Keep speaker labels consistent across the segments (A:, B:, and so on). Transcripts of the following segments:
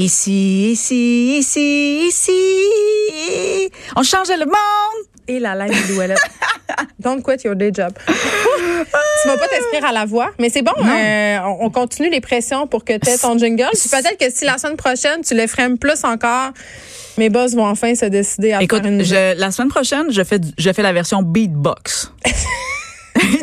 A: Et si, et si, et si, et si, on changeait le monde!
B: Et la live de Louella. Don't quit your day job. tu vas pas t'inscrire à la voix, mais c'est bon. euh, on- on continue les pressions pour que tu aies ton jingle. Puis peut-être que si la semaine prochaine, tu le frames plus encore, mes boss vont enfin se décider à
A: Écoute,
B: faire une
A: je- la semaine prochaine, je fais, du- je fais la version beatbox.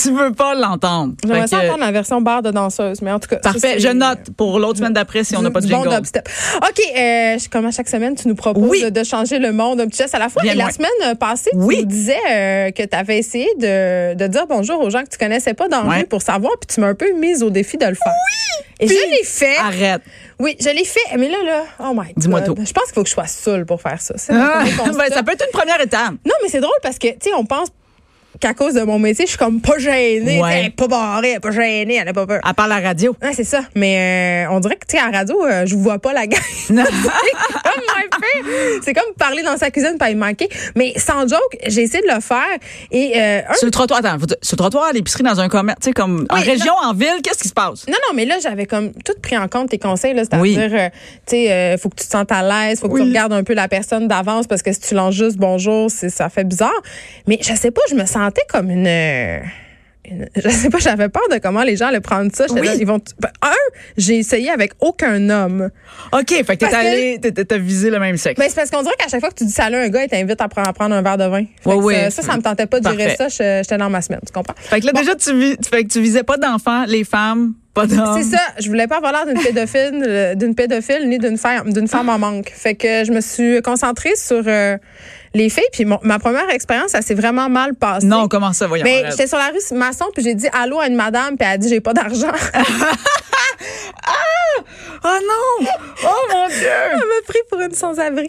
A: tu veux pas l'entendre.
B: J'aimerais
A: Fait
B: ça
A: que-
B: entendre la version barre de danseuse, mais en tout cas. ça,
A: Parfait,
B: c'est-
A: je note pour l'autre semaine d'après si on n'a
B: du-
A: pas de
B: du bon
A: jingle.
B: dubstep. OK, euh, je- comme à chaque semaine, tu nous proposes
A: Oui.
B: de, de changer le monde un petit geste à la fois.
A: Bien
B: Et la
A: loin.
B: semaine euh, passée,
A: Oui.
B: tu nous disais euh, que tu avais essayé de, de dire bonjour aux gens que tu connaissais pas dans la
A: Ouais.
B: rue pour savoir, puis tu m'as un peu mise au défi de le faire. Oui! Et je l'ai fait.
A: Arrête.
B: Oui, je l'ai fait. Mais là, là, oh my God.
A: Dis-moi tout.
B: Je pense qu'il faut que je sois seule pour faire ça. C'est
A: Ah,
B: mon constat.
A: ben, ça peut être une première étape.
B: Non, mais c'est drôle parce que, tu sais, on pense qu'à cause de mon métier, je suis comme pas
A: Ouais.
B: gênée. tu sais, Elle est pas barrée, elle est pas gênée, elle n'a pas peur.
A: À part la radio.
B: Ouais, c'est ça. Mais euh, on dirait que, tu sais, à la radio, euh, je vois pas la gang.
A: Non.
B: C'est comme un peu- C'est comme parler dans sa cuisine pas y manquer. Mais sans joke, j'ai essayé de le faire. Et euh, un-
A: Sur le trottoir, attends, faut dire, sur le trottoir, à l'épicerie, dans un commerce, tu sais, comme en
B: Oui,
A: région, en ville, qu'est-ce qui se passe?
B: Non, non, mais là, j'avais comme tout pris en compte tes conseils. là, C'est-à-dire,
A: Oui.
B: euh, tu sais, euh, faut que tu te sentes à l'aise, faut que
A: Oui.
B: tu regardes un peu la personne d'avance parce que si tu lances juste bonjour, c'est- ça fait bizarre. Mais je sais pas, je me sentais comme une. euh, une- Je sais pas, j'avais peur de comment les gens allaient prendre ça. J'étais
A: Oui.
B: là, ils vont. Ben, Un, j'ai essayé avec aucun homme.
A: OK, fait que t'es
B: Parce que-
A: allé, t'es- t'es- t'as visé le même sexe.
B: Mais Ben, c'est parce qu'on dirait qu'à chaque fois que tu dis salut à un gars, il t'invite à prendre, à prendre un verre de vin. Fait
A: Ouais,
B: que
A: ouais.
B: Ça, ça, ça me tentait pas de gérer
A: Parfait.
B: ça. Je- J'étais dans ma semaine, tu comprends?
A: fait que là, déjà, tu, vis, fait que tu visais pas d'enfants, les femmes, pas d'hommes.
B: C'est ça, je voulais pas avoir l'air d'une pédophile, euh, d'une pédophile ni d'une femme, d'une
A: Ah.
B: femme en manque. Fait que je me suis concentrée sur euh, les filles. Puis mon- ma première expérience, ça s'est vraiment mal passé.
A: Non, comment ça, voyons.
B: Mais
A: arrête.
B: j'étais sur la rue Masson, puis j'ai dit allô à une madame, puis elle a dit j'ai pas d'argent. elle
A: Oh non! Oh mon Dieu!
B: m'a pris pour une sans-abri.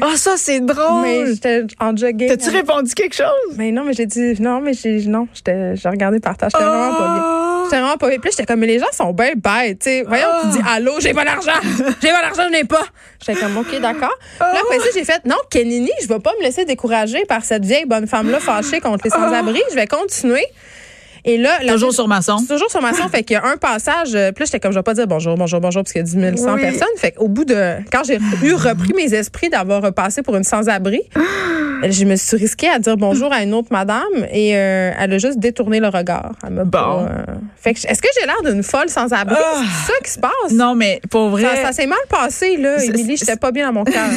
A: Oh, ça, c'est
B: Mais
A: drôle!
B: j'étais en jogging.
A: T'as-tu répondu quelque chose?
B: Mais non, mais j'ai dit non, mais j'ai non, j'étais j'ai regardé par terre, j'étais vraiment pas bien.
A: Oh!
B: J'étais vraiment pas bien. Puis là, j'étais comme, mais les gens sont bien bêtes, tu sais. Voyons, tu dis, allô, j'ai pas d'argent. J'ai pas d'argent, je n'ai pas. J'étais comme, OK, d'accord. Puis là, après ça, j'ai fait, non, Kenini, je vais pas me laisser décourager par cette vieille bonne femme-là fâchée contre les sans-abri. Je vais continuer. Et là, la-
A: Toujours sur Masson.
B: C'est Toujours sur maçon. fait qu'il y a un passage. euh, Puis là, j'étais comme, je vais pas dire bonjour, bonjour, bonjour, parce qu'il y a 10 100
A: Oui.
B: personnes. Fait qu'au bout de. Quand j'ai eu repris mes esprits d'avoir repassé pour une sans-abri, je me suis risquée à dire bonjour à une autre madame et euh, elle a juste détourné le regard. Elle m'a
A: Bon.
B: pas, euh, Fait que, est-ce que j'ai l'air d'une folle sans-abri?
A: Ah.
B: C'est ça qui se passe?
A: Non, mais pour vrai,
B: Ça, ça s'est mal passé, là,
A: C'est-
B: Émilie. J'étais pas bien dans mon cœur.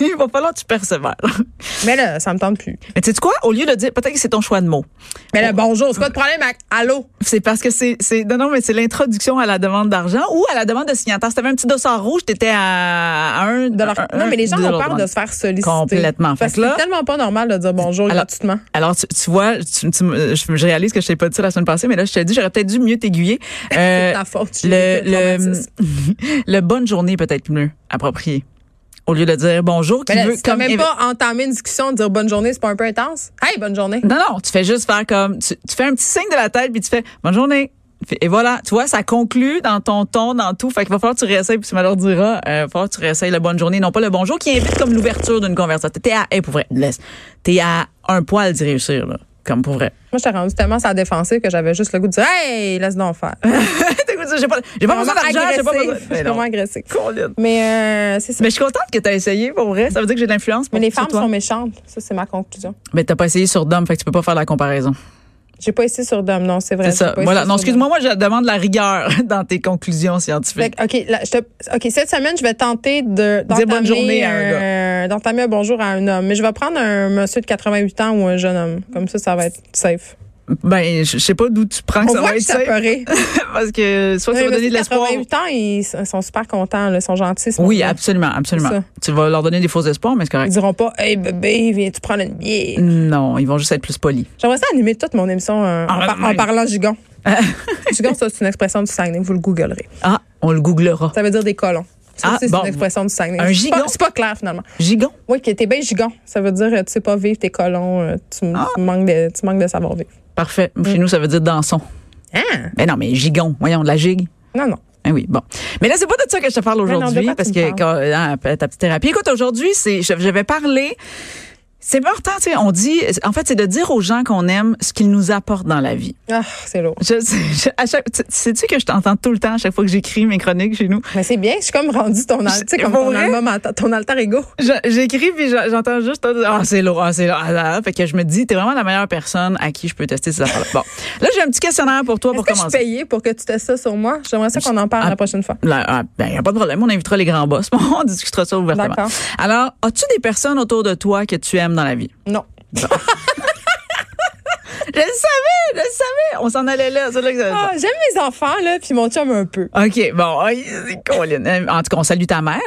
A: il va falloir que tu persévères.
B: Mais là, ça me tente plus.
A: Mais tu sais quoi? Au lieu de dire, peut-être que c'est ton choix de mots.
B: Mais
A: Oh.
B: là, bonjour, c'est quoi le problème avec allô?
A: C'est parce que c'est, c'est, non, non, mais c'est l'introduction à la demande d'argent ou à la demande de signataire. Si t'avais un petit dossard rouge, t'étais à, à un,
B: De leur-
A: un-
B: non, mais les gens
A: Euh, de
B: ont
A: leur
B: peur
A: demande.
B: de se faire solliciter.
A: Complètement.
B: Parce
A: Fait
B: que
A: que là-
B: c'est tellement pas normal de dire bonjour
A: Alors-
B: gratuitement.
A: Alors, tu, tu vois, tu- tu me- je, je réalise que je t'ai pas dit ça la semaine passée, mais là, je t'ai dit, j'aurais peut-être dû mieux t'aiguiller. Euh,
B: C'est ta faute, j'ai
A: le,
B: vécu un
A: le,
B: traumatisme.
A: le bonne journée est peut-être mieux approprié. Au lieu de dire bonjour, qui
B: Mais Ben là,
A: veut
B: c'est quand
A: comme
B: même
A: éve-
B: pas entamer une discussion, dire bonne journée, c'est pas un peu intense? Hey, bonne journée.
A: Non, non, tu fais juste faire comme. Tu, tu fais un petit signe de la tête, puis tu fais bonne journée. Fait- Et voilà, tu vois, ça conclut dans ton ton, dans tout. Fait qu'il va falloir que tu réessayes, puis tu me leur diras, euh, va falloir que tu réessayes le bonne journée, non pas le bonjour, qui invite comme l'ouverture d'une conversation. T'es à, hey, pour vrai, laisse. T'es à un poil d'y réussir, là. Comme pour vrai.
B: Moi, j'étais rendue tellement sur la défensive que j'avais juste le goût de dire Hey, laisse donc faire.
A: T'écoutes ça, j'ai pas, j'ai pas besoin
B: Vraiment
A: d'argent, j'ai pas besoin.
B: agressif. Je
A: Mais,
B: suis
A: non.
B: vraiment agressif.
A: Colin.
B: Mais euh, c'est ça.
A: Mais je suis contente que t'as essayé, pour vrai. Ça veut dire que j'ai de l'influence. pour-
B: Mais les
A: sur
B: femmes
A: toi.
B: sont méchantes. Ça, c'est ma conclusion.
A: Mais t'as pas essayé sur Dom, fait que tu peux pas faire la comparaison.
B: J'ai pas essayé sur Dom, non, c'est vrai.
A: C'est
B: j'ai
A: ça.
B: pas essayé
A: Voilà. Non,
B: sur Dom.
A: excuse-moi, moi, je demande la rigueur dans tes conclusions scientifiques.
B: Fait que, OK, là, je te- OK, cette semaine, je vais tenter de
A: Dire bonne
B: d'entamer
A: journée à un
B: un- d'entamer un bonjour à un homme. Mais je vais prendre un monsieur de 88 ans ou un jeune homme. Comme ça, ça va être safe.
A: Ben, je je sais pas d'où tu prends que
B: On
A: ça
B: voit
A: va
B: que
A: être
B: je suis
A: ça.
B: apeurée.
A: Parce que soit ça
B: Les
A: va donner
B: messieurs
A: de l'espoir.
B: 88 ans, ils s- sont super contents, là, ils sont gentils. sont
A: Oui,
B: contents.
A: absolument,
B: C'est
A: absolument.
B: ça.
A: Tu vas leur donner des faux espoirs, mais c'est
B: Ils
A: correct.
B: diront pas, hey bébé, viens-tu prendre une
A: Mm.
B: bière?
A: Non, ils vont juste être plus polis.
B: J'aimerais ça animer toute mon émission euh, en,
A: Ah,
B: par-
A: ouais.
B: en parlant gigon. gigon, ça, c'est une expression du Saguenay, vous le googlerez.
A: Ah, on le googlera.
B: Ça veut dire des colons. Ça
A: Ah,
B: aussi, c'est
A: bon.
B: une expression du Saguenay.
A: Un
B: C'est pas-
A: gigon.
B: C'est pas clair, finalement.
A: Gigon.
B: Oui, que t'es bien gigon. Ça veut dire, euh, tu sais pas vivre, t'es colon, euh, tu, m-
A: Ah.
B: tu manques de, tu manques de savoir-vivre.
A: Parfait. Chez nous, ça veut dire danson.
B: Hein?
A: Mais non, mais gigon. Voyons, de la gigue.
B: Non, non.
A: Ah oui, bon. Mais là, c'est pas de ça que je te parle
B: non, de
A: aujourd'hui,
B: quoi tu
A: parce
B: me
A: que
B: parles?
A: quand- hein, ta petite thérapie. Écoute, aujourd'hui, c'est, je, je vais parler. C'est important, tu sais, on dit, en fait, c'est de dire aux gens qu'on aime ce qu'ils nous apportent dans la vie.
B: Ah, c'est lourd.
A: Je, je- à chaque, tu- sais-tu que je t'entends tout le temps à chaque fois que j'écris mes chroniques chez nous?
B: Mais c'est bien, je suis comme rendu ton, al- tu sais, comme
A: Pour
B: ton,
A: vrai?
B: album, alta- ton alter ego.
A: Je- J'écris puis je- j'entends juste ah c'est lourd, ah c'est lourd, ah, là, là. fait que je me dis t'es vraiment la meilleure personne à qui je peux tester ces affaires-là. Bon, là j'ai un petit questionnaire pour toi
B: Est-ce
A: pour
B: que je suis
A: commencer.
B: payée pour que tu testes ça sur moi? J'aimerais ça qu'on en parle
A: Ah.
B: la prochaine fois.
A: Là, ah, ben, y a pas de problème, on invitera les grands boss, on discutera ça ouvertement.
B: D'accord.
A: Alors, as-tu des personnes autour de toi que tu aimes dans la vie
B: Non.
A: Je le savais, je le savais, on s'en allait là, c'est là que ça-
B: Ah, j'aime mes enfants, là, puis mon chum un peu.
A: OK, bon, ah, c'est Colin. Euh, En tout cas, on salue ta mère.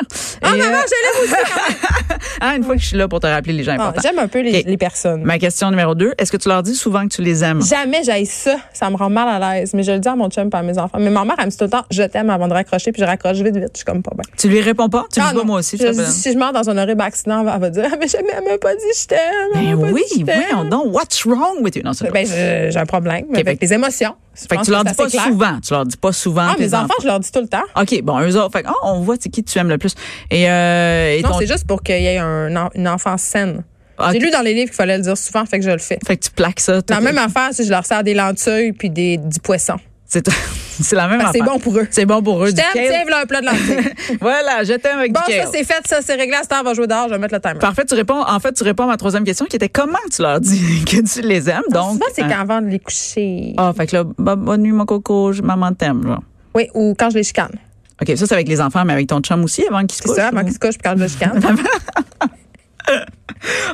B: Ah,
A: Et,
B: maman,
A: euh,
B: je l'aime aussi.
A: ah, une fois que je suis là pour te rappeler les gens
B: Ah,
A: importants.
B: j'aime un peu les,
A: Ok.
B: les personnes.
A: Ma question numéro deux, est-ce que tu leur dis souvent que tu les aimes?
B: Jamais j'aille ça, ça me rend mal à l'aise. Mais je le dis à mon chum pas à mes enfants. Mais ma mère, elle me dit tout le temps, je t'aime avant de raccrocher, puis je raccroche vite, vite. Je suis comme pas bien.
A: Tu lui réponds pas? Tu lui
B: Ah,
A: dis pas
B: non.
A: moi aussi? tu
B: Je
A: fais pas-
B: dis, si je meurs dans un horrible accident, elle va dire, Ah, mais jamais, elle m'a pas dit je t'aime. elle
A: Ben
B: m'a pas
A: oui,
B: dit, je t'aime.
A: voyons donc. What's wrong with you? Non, c'est
B: Ben, je- j'ai un problème
A: fait
B: avec
A: que-
B: les émotions. Je
A: Fait que
B: pense
A: tu leur
B: c'est
A: dis pas
B: assez clair.
A: souvent. Tu leur dis pas souvent.
B: Ah,
A: tes
B: mes enfants, je leur dis tout le temps.
A: OK, bon, eux autres. Fait que, ah, on voit c'est qui tu aimes le plus. Et, euh, et
B: Non,
A: ton-
B: c'est juste pour qu'il y ait un en- une enfance saine.
A: Ah,
B: J'ai
A: ok.
B: lu dans les livres qu'il fallait le dire souvent, fait que je le fais.
A: Fait que tu plaques ça.
B: La
A: tout-
B: même affaire, c'est que je leur sers des lentilles puis des, du poisson.
A: C'est c'est la même
B: Parce que Ben, c'est
A: affaire.
B: bon pour eux.
A: C'est bon pour eux.
B: Je
A: du
B: t'aime,
A: kale.
B: tiens, voilà un plat de lentilles.
A: Voilà, je t'aime avec
B: bon,
A: du
B: ça,
A: kale.
B: c'est fait, ça, c'est réglé. À cette heure, on va jouer dehors, je vais mettre le timer.
A: Parfait, tu réponds. En fait, tu réponds à ma troisième question qui était comment tu leur dis que tu les aimes. Donc,
B: Souvent, Ah, c'est
A: euh,
B: quand avant de les coucher.
A: Ah, fait que là, bo- bonne nuit, mon coco, je- maman t'aime, genre.
B: Oui, ou quand je les chicane.
A: OK, ça, c'est avec les enfants, mais avec ton chum aussi avant qu'ils se
B: C'est
A: couchent.
B: ça, avant
A: ou-
B: qu'ils se couchent, puis quand je les chicane.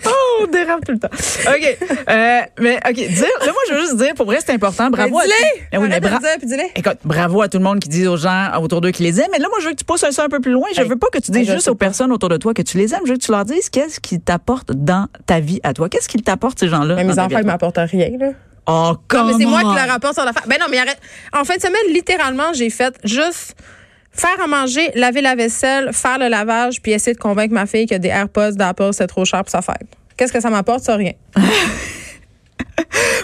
A: Oh, on dérape tout le temps. OK. Euh, mais OK, dire, là, moi, je veux juste dire, pour vrai, c'est important. Bravo
B: Mais
A: à
B: dis-les!
A: Ben oui, mais
B: Arrête de
A: bra-
B: le dire, puis dis-les.
A: Écoute, bravo à tout le monde qui dit aux gens autour d'eux qui les aiment. Mais là, moi, je veux que tu pousses ça un peu plus loin. Je
B: Hey.
A: veux pas que tu
B: Hey,
A: dises
B: je
A: juste
B: sais
A: aux
B: pas.
A: personnes autour de toi que tu les aimes. Je veux que tu leur dises qu'est-ce qu'ils t'apportent dans ta vie à toi. Qu'est-ce qu'ils t'apportent, ces gens-là?
B: Mais
A: dans
B: mes
A: ta
B: enfants,
A: vie à
B: ils
A: toi?
B: m'apportent rien, là.
A: Oh,
B: Non, mais c'est moi
A: come
B: qui
A: on.
B: leur apporte sur la fa- Ben non, mais arrête. En fin de semaine, littéralement, j'ai fait juste faire à manger, laver la vaisselle, faire le lavage, puis essayer de convaincre ma fille que des AirPods d'Apple, c'est trop cher pour sa fête. Qu'est-ce que ça m'apporte? Ça, rien.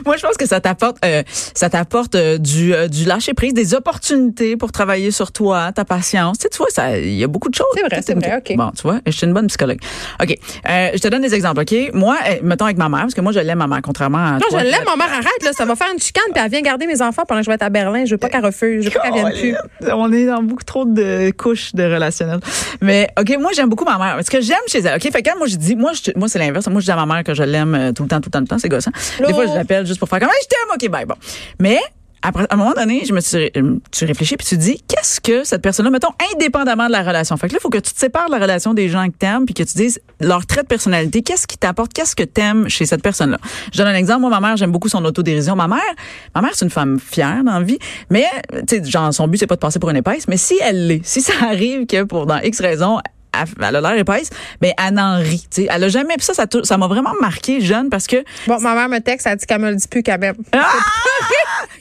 A: Moi, je pense que ça t'apporte, euh, ça t'apporte euh, du, euh, du lâcher prise, des opportunités pour travailler sur toi, ta patience. Tu, sais, tu vois, ça, il y a beaucoup de choses.
B: C'est vrai, c'est vrai, OK.
A: Bon, tu vois, je suis une bonne psychologue. Ok, euh, je te donne des exemples. Ok, moi, euh, mettons avec ma mère, parce que moi, je l'aime ma mère, contrairement à
B: Non,
A: toi.
B: je l'aime, ma mère, arrête, là. Ça va faire une chicane, puis elle vient garder mes enfants pendant que je vais être à Berlin. Je veux pas qu'elle refuse. Je veux pas qu'elle vienne plus.
A: On est dans beaucoup trop de couches de relationnel. Mais OK, moi j'aime beaucoup ma mère. Ce que j'aime chez elle, OK, fait que quand moi je dis moi je- moi c'est l'inverse, moi je dis à ma mère que je l'aime euh, tout le temps tout le temps tout le temps, c'est gossant. Des fois je
B: Lourd.
A: l'appelle juste pour faire comme Hey, je t'aime, OK, bye bon. Mais après, à un moment donné, je me suis, ré- euh, tu réfléchis puis tu dis, qu'est-ce que cette personne-là, mettons, indépendamment de la relation. Fait que là, il faut que tu te sépares de la relation des gens que t'aimes puis que tu dises leur trait de personnalité. Qu'est-ce qui t'apporte? Qu'est-ce que t'aimes chez cette personne-là? Je donne un exemple. Moi, ma mère, j'aime beaucoup son autodérision. Ma mère, ma mère, c'est une femme fière dans la vie. Mais, tu sais, genre, son but, c'est pas de passer pour une épaisse. Mais si elle l'est, si ça arrive que pour, dans X raison, elle a l'air épaisse, mais elle en rit. tu sais. Elle a jamais. Puis ça, ça tou- ça m'a vraiment marqué jeune parce que.
B: Bon, ma mère me texte, elle dit qu'elle me le dit plus, quand même.
A: Ah!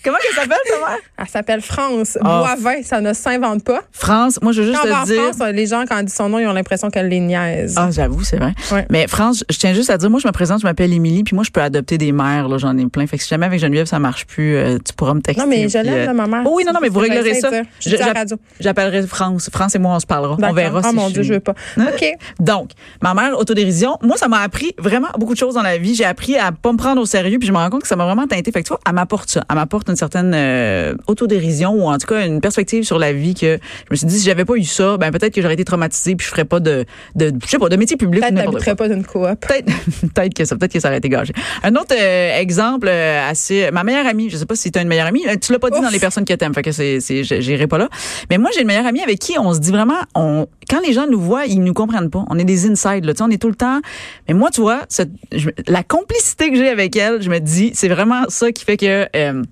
A: Comment qu'elle s'appelle, ta mère?
B: Elle s'appelle France.
A: Ah.
B: Boivin, ça ne s'invente pas.
A: France, moi, je veux juste
B: Quand on va en
A: te dire.
B: France, les gens, quand ils disent son nom, ils ont l'impression qu'elle les niaise.
A: Ah, j'avoue, c'est vrai.
B: Ouais.
A: Mais France, je tiens juste à dire, moi, je me présente, je m'appelle Émilie, puis moi, je peux adopter des mères, là, j'en ai plein. Fait que si jamais avec Geneviève, ça marche plus, euh, tu pourras me texter.
B: Non, mais je
A: puis,
B: l'aime,
A: euh,
B: là, ma mère.
A: oh oui, non, non, mais vous
B: Je vais
A: réglerez
B: essayer
A: ça.
B: de dire. Je dis à la radio.
A: J'appellerai France. France et moi, on se parlera. On
B: D'accord.
A: verra
B: Ah,
A: si
B: mon Dieu,
A: suis-
B: je veux pas. OK.
A: Donc, ma mère, autodérision, moi, ça m'a appris vraiment beaucoup de choses dans la vie. J'ai appris à pas me prendre au sérieux, puis je me rends compte que ça m'a vraiment teinté. Fait que tu vois, elle m'apporte ça. Elle m'apporte une certaine euh, autodérision ou en tout cas une perspective sur la vie que je me suis dit, si j'avais pas eu ça, ben peut-être que j'aurais été traumatisée, puis je ferais pas de, de je sais pas, de métier public. ou
B: Peut-être
A: n'importe quoi.
B: t'habiterais pas d'une coop.
A: Peut-être, peut-être que ça, peut-être que ça aurait été gâché. Un autre euh, exemple euh, assez, ma meilleure amie, je sais pas si t'as une meilleure amie, euh, tu l'as pas dit
B: Ouf.
A: dans les personnes que t'aimes, fait que c'est, c'est, j'- j'irai pas là. Mais moi j'ai une meilleure amie avec qui on se dit vraiment, on, quand les gens nous voient, ils nous comprennent pas. On est des inside, là, tu sais, on est tout le temps. Mais moi, tu vois, cette- je- la complicité que j'ai avec elle, je me dis, c'est vraiment ça qui fait que. euh,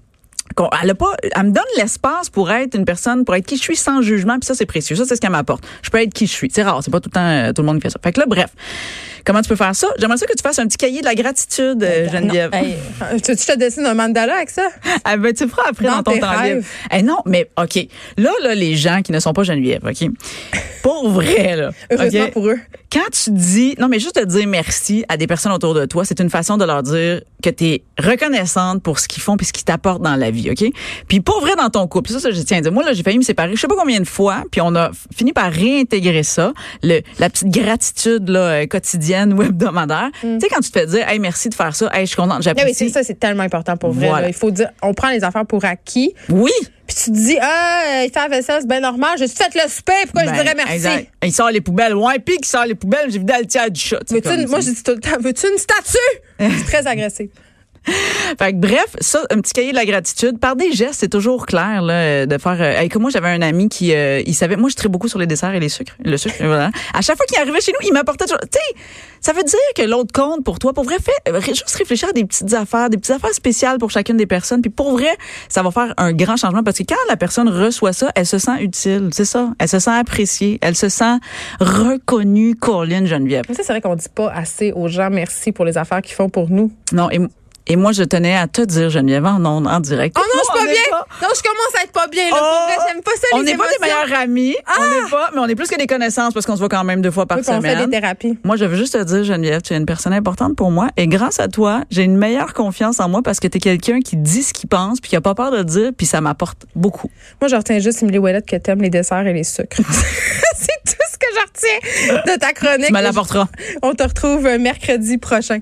A: qu'on- elle a pas, elle me donne l'espace pour être une personne, pour être qui je suis sans jugement, puis ça c'est précieux. Ça c'est ce qu'elle m'apporte. Je peux être qui je suis. C'est rare, c'est pas tout le temps euh, tout le monde qui fait ça. Fait que là, bref, Comment tu peux faire ça? J'aimerais ça que tu fasses un petit cahier de la gratitude, euh, Geneviève.
B: Ben, Non. Hey, tu veux que je te dessine un mandala avec ça?
A: Ah ben, tu le feras après
B: Dans
A: dans, ton
B: tes
A: temps
B: rêves.
A: libre. Eh non, mais OK. Là, là, les gens qui ne sont pas Geneviève, OK? Pour vrai, là.
B: Heureusement
A: OK?
B: pour eux.
A: Quand tu dis, non, mais juste te dire merci à des personnes autour de toi, c'est une façon de leur dire que tu es reconnaissante pour ce qu'ils font puis ce qu'ils t'apportent dans la vie, OK? Puis pour vrai, dans ton couple, ça, ça, je tiens à dire, moi, là, j'ai failli me séparer, je sais pas combien de fois, puis on a fini par réintégrer ça, le, la petite gratitude là, euh, quotidienne ou hebdomadaire. Tu sais, quand tu te fais dire, hey, merci de faire ça, hey, je suis contente,
B: Non, mais Mm. Ah c'est
A: j'apprécie.
B: ça, c'est tellement important pour vrai.
A: Voilà.
B: là. Il faut dire, on prend les affaires pour acquis.
A: Oui!
B: Puis tu te dis, ah, euh, il fait la vaisselle, c'est bien normal. J'ai fait le souper, pourquoi je
A: Ben,
B: dirais merci?
A: exact. Il sort les poubelles. Ouais, puis il sort les poubelles, j'ai vidé le tiers du chat. C'est
B: Veux-tu
A: comme
B: une-
A: ça.
B: moi, je dis tout le temps, veux-tu une statue? Je suis très agressive.
A: Fait que bref, ça, un petit cahier de la gratitude. Par des gestes, c'est toujours clair là, euh, de faire. Euh, hey, que moi, j'avais un ami qui, euh, il savait. Moi, je suis très beaucoup sur les desserts et les sucres. Le sucre, voilà. À chaque fois qu'il arrivait chez nous, il m'apportait. toujours- Tu sais, ça veut dire que l'autre compte pour toi. Pour vrai, fais euh, ré- juste réfléchir à des petites affaires, des petites affaires spéciales pour chacune des personnes. Puis pour vrai, ça va faire un grand changement parce que quand la personne reçoit ça, elle se sent utile. C'est ça. Elle se sent appréciée. Elle se sent reconnue. Colline Geneviève.
B: Mais ça, c'est vrai qu'on dit pas assez aux gens merci pour les affaires qu'ils font pour nous.
A: Non. Et, et moi, je tenais à te dire, Geneviève, en, ondes, en direct.
B: Oh non, je
A: Nous,
B: suis
A: on
B: pas
A: est
B: bien! Non, je commence à être pas bien, là.
A: Oh!
B: Pour vrai, J'aime pas ça,
A: on
B: les
A: n'est pas des
B: émotions. Ah!
A: meilleurs amis, on n'est pas, mais on est plus que des connaissances parce qu'on se voit quand même deux fois par
B: Oui, puis on fait des
A: semaine.
B: thérapies.
A: Moi, je veux juste te dire, Geneviève, tu es une personne importante pour moi et grâce à toi, j'ai une meilleure confiance en moi parce que tu es quelqu'un qui dit ce qu'il pense puis qui a pas peur de le dire puis ça m'apporte beaucoup.
B: Moi, je retiens juste, Emily Ouellet, que t'aimes les desserts et les sucres. c'est tout ce que je retiens de ta chronique.
A: Tu me l'apporteras.
B: On te retrouve mercredi prochain.